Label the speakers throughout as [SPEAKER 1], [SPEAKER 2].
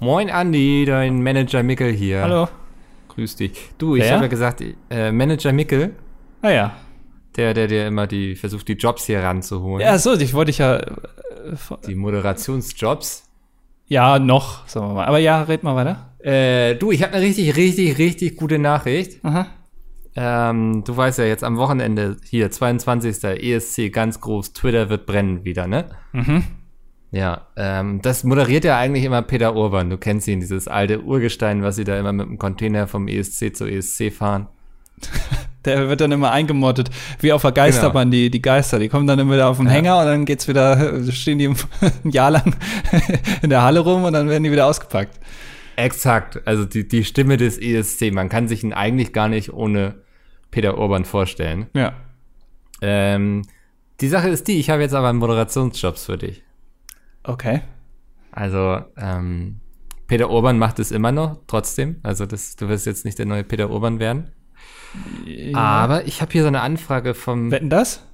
[SPEAKER 1] Moin Andi, dein Manager Mickel hier.
[SPEAKER 2] Hallo.
[SPEAKER 1] Grüß dich. Du, ich
[SPEAKER 2] Wer?
[SPEAKER 1] habe ja gesagt, äh, Manager Mickel,
[SPEAKER 2] Ah ja.
[SPEAKER 1] der, der dir immer die versucht, die Jobs hier ranzuholen.
[SPEAKER 2] Ja, so, ich wollte ich ja. äh, vor-
[SPEAKER 1] Die Moderationsjobs.
[SPEAKER 2] Ja, noch, sagen wir mal. Aber ja, red mal weiter.
[SPEAKER 1] Äh, du, ich habe eine richtig, richtig, richtig gute Nachricht.
[SPEAKER 2] Aha.
[SPEAKER 1] Ähm, du weißt ja jetzt am Wochenende hier, 22. ESC ganz groß, Twitter wird brennen wieder, ne?
[SPEAKER 2] Mhm.
[SPEAKER 1] Ja, ähm, das moderiert ja eigentlich immer Peter Urban. Du kennst ihn, dieses alte Urgestein, was sie da immer mit dem Container vom ESC zu ESC fahren.
[SPEAKER 2] Der wird dann immer eingemottet, wie auf der Geisterbahn, die, die Geister. Die kommen dann immer wieder auf den Hänger und dann geht's wieder, stehen die ein Jahr lang in der Halle rum und dann werden die wieder ausgepackt.
[SPEAKER 1] Exakt, also die, die Stimme des ESC. Man kann sich ihn eigentlich gar nicht ohne Peter Urban vorstellen.
[SPEAKER 2] Ja.
[SPEAKER 1] Ähm, die Sache ist die, ich habe jetzt aber Moderationsjobs für dich.
[SPEAKER 2] Okay.
[SPEAKER 1] Also, ähm, Peter Urban macht es immer noch, trotzdem. Also, das, du wirst jetzt nicht der neue Peter Urban werden.
[SPEAKER 2] Ähm.
[SPEAKER 1] Aber ich habe hier so eine Anfrage vom
[SPEAKER 2] Ah. Wetten das?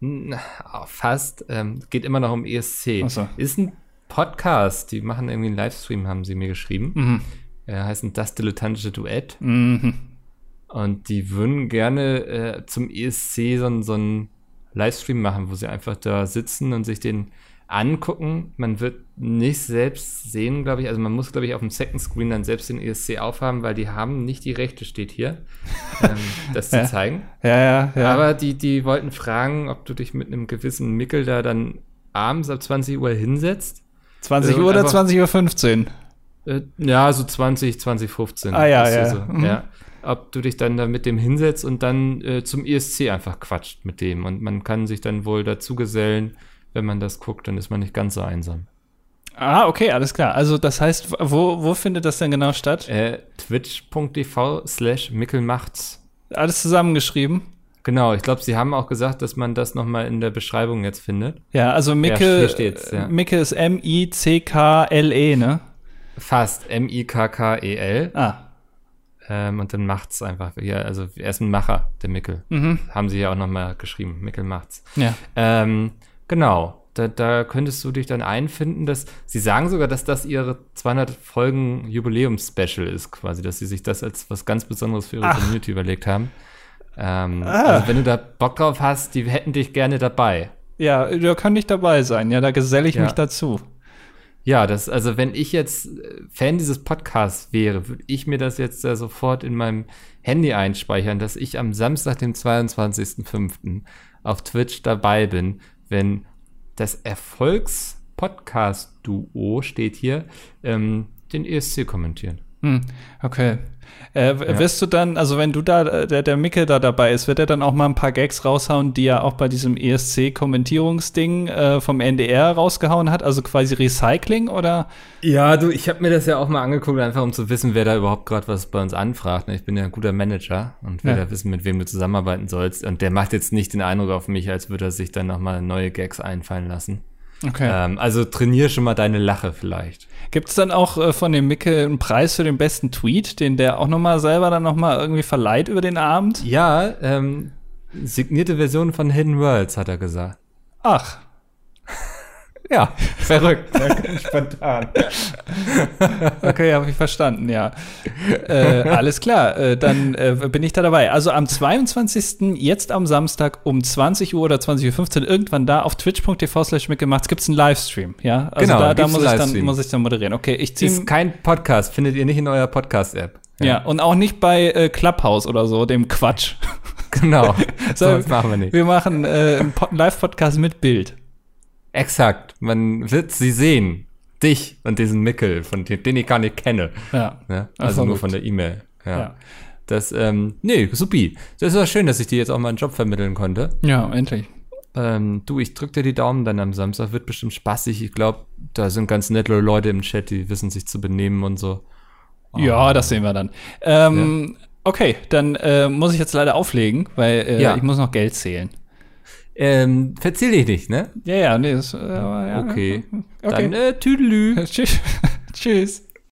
[SPEAKER 1] Na, Ah, fast. Ähm, geht immer noch um ESC.
[SPEAKER 2] Ach so.
[SPEAKER 1] Ist ein Podcast. Die machen irgendwie einen Livestream, haben sie mir geschrieben. Äh, heißen Das Dilettantische Duett.
[SPEAKER 2] Mhm.
[SPEAKER 1] Und die würden gerne äh, zum ESC so, ein- so einen Livestream machen, wo sie einfach da sitzen und sich den angucken. Man wird nicht selbst sehen, glaube ich. Also man muss, glaube ich, auf dem Second Screen dann selbst den ESC aufhaben, weil die haben nicht die Rechte, steht hier, ähm, das zu
[SPEAKER 2] Ja.
[SPEAKER 1] zeigen.
[SPEAKER 2] Ja, ja, ja.
[SPEAKER 1] Aber die, die wollten fragen, ob du dich mit einem gewissen Mickel da dann abends ab 20 Uhr hinsetzt.
[SPEAKER 2] 20
[SPEAKER 1] Und
[SPEAKER 2] Uhr oder
[SPEAKER 1] einfach-
[SPEAKER 2] 20 Uhr 15?
[SPEAKER 1] Äh, ja, so 20, 2015.
[SPEAKER 2] Ah, ja,
[SPEAKER 1] Weißt du,
[SPEAKER 2] ja.
[SPEAKER 1] So,
[SPEAKER 2] Mhm.
[SPEAKER 1] ja. Ob du dich dann da mit dem hinsetzt und dann äh, zum ESC einfach quatscht mit dem. Und man kann sich dann wohl dazu gesellen, wenn man das guckt, dann ist man nicht ganz so einsam.
[SPEAKER 2] Ah, okay, alles klar. Also, das heißt, wo, wo findet das denn genau statt?
[SPEAKER 1] Äh, Twitch.tv slash Mickel macht's.
[SPEAKER 2] Alles zusammengeschrieben?
[SPEAKER 1] Genau, ich glaube, sie haben auch gesagt, dass man das nochmal in der Beschreibung jetzt findet.
[SPEAKER 2] Ja, also
[SPEAKER 1] Ja,
[SPEAKER 2] Micke,
[SPEAKER 1] hier steht's, ja.
[SPEAKER 2] Micke ist M-I-C-K-L-E, ne?
[SPEAKER 1] Fast, M-I-K-K-E-L.
[SPEAKER 2] Ah,
[SPEAKER 1] Ähm, und dann macht's einfach. Ja, also er ist ein Macher, der Mickel. Haben sie ja auch nochmal geschrieben. Mickel macht's.
[SPEAKER 2] ja.
[SPEAKER 1] Ähm, genau. Da, da könntest du dich dann einfinden, dass sie sagen sogar, dass das ihre 200 Folgen Jubiläums-Special ist, quasi, dass sie sich das als was ganz Besonderes für ihre Community überlegt haben. Ähm, Also wenn du da Bock drauf hast, die hätten dich gerne dabei.
[SPEAKER 2] Ja, da kann ich dabei sein. Ja, da geselle ich
[SPEAKER 1] Ja.
[SPEAKER 2] mich dazu.
[SPEAKER 1] Ja, das, also wenn ich jetzt äh, Fan dieses Podcasts wäre, würde ich mir das jetzt da sofort in meinem Handy einspeichern, dass ich am Samstag, dem 22.05. auf Twitch dabei bin, wenn das Erfolgs-Podcast-Duo steht hier, ähm, den ESC kommentieren.
[SPEAKER 2] Hm, okay. Äh, w- Wirst du dann, also wenn du da, äh, der, der Micke da dabei ist, wird er dann auch mal ein paar Gags raushauen, die er auch bei diesem ESC-Kommentierungsding äh, vom NDR rausgehauen hat? Also quasi Recycling oder?
[SPEAKER 1] Ja, du, ich habe mir das ja auch mal angeguckt, einfach um zu wissen, wer da überhaupt gerade was bei uns anfragt. ne? Ich bin ja ein guter Manager und will
[SPEAKER 2] Ja.
[SPEAKER 1] da wissen, mit wem du zusammenarbeiten sollst. Und der macht jetzt nicht den Eindruck auf mich, als würde er sich dann nochmal neue Gags einfallen lassen.
[SPEAKER 2] Okay.
[SPEAKER 1] Ähm, also trainier schon mal deine Lache vielleicht.
[SPEAKER 2] Gibt es Äh, dann auch äh, von dem Micke einen Preis für den besten Tweet, den der auch nochmal selber dann nochmal irgendwie verleiht über den Abend?
[SPEAKER 1] Ja, ähm, signierte Version von Hidden Worlds, hat er gesagt.
[SPEAKER 2] Ach,
[SPEAKER 1] Ja, verrückt.
[SPEAKER 2] Spontan. Okay, habe ich verstanden, ja. Äh, alles klar, äh, dann äh, bin ich da dabei. Also am 22. jetzt am Samstag um 20 Uhr oder 20.15 Uhr irgendwann da auf twitch.tv slash mitgemacht, gibt es einen Livestream, ja? Also
[SPEAKER 1] Genau,
[SPEAKER 2] da, da
[SPEAKER 1] gibt's
[SPEAKER 2] muss,
[SPEAKER 1] einen
[SPEAKER 2] ich dann,
[SPEAKER 1] Livestream.
[SPEAKER 2] muss ich dann moderieren. Okay, ich ziehe
[SPEAKER 1] Ist kein Podcast, findet ihr nicht in eurer Podcast-App.
[SPEAKER 2] ja. und auch nicht bei äh, Clubhouse oder so, dem Quatsch.
[SPEAKER 1] Genau. so,
[SPEAKER 2] So,
[SPEAKER 1] das machen wir nicht.
[SPEAKER 2] Wir machen äh, einen Po- einen Live-Podcast mit Bild.
[SPEAKER 1] Exakt. Man wird sie sehen. Dich und diesen Mickel, von dem, den ich gar nicht kenne.
[SPEAKER 2] Ja.
[SPEAKER 1] Ne?
[SPEAKER 2] Ach,
[SPEAKER 1] Also nur
[SPEAKER 2] verrückt.
[SPEAKER 1] von der E-Mail. Ja.
[SPEAKER 2] Ja.
[SPEAKER 1] Das, ähm, nee, supi. Das ist doch schön, dass ich dir jetzt auch mal einen Job vermitteln konnte.
[SPEAKER 2] ja, endlich.
[SPEAKER 1] Ähm, du, ich drück dir die Daumen dann am Samstag. Wird bestimmt spaßig. Ich glaube, da sind ganz nette Leute im Chat, die wissen sich zu benehmen und so.
[SPEAKER 2] Ah. Ja, das sehen wir dann. Ähm, Okay, dann äh, muss ich jetzt leider auflegen, weil äh,
[SPEAKER 1] Ja.
[SPEAKER 2] ich muss noch Geld zählen.
[SPEAKER 1] Ähm, verzieh dich nicht, ne?
[SPEAKER 2] Ja, ja, nee, ist, äh, aber ja.
[SPEAKER 1] Okay.
[SPEAKER 2] Okay.
[SPEAKER 1] Dann äh, Tüdelü.
[SPEAKER 2] Tschüss. Tschüss.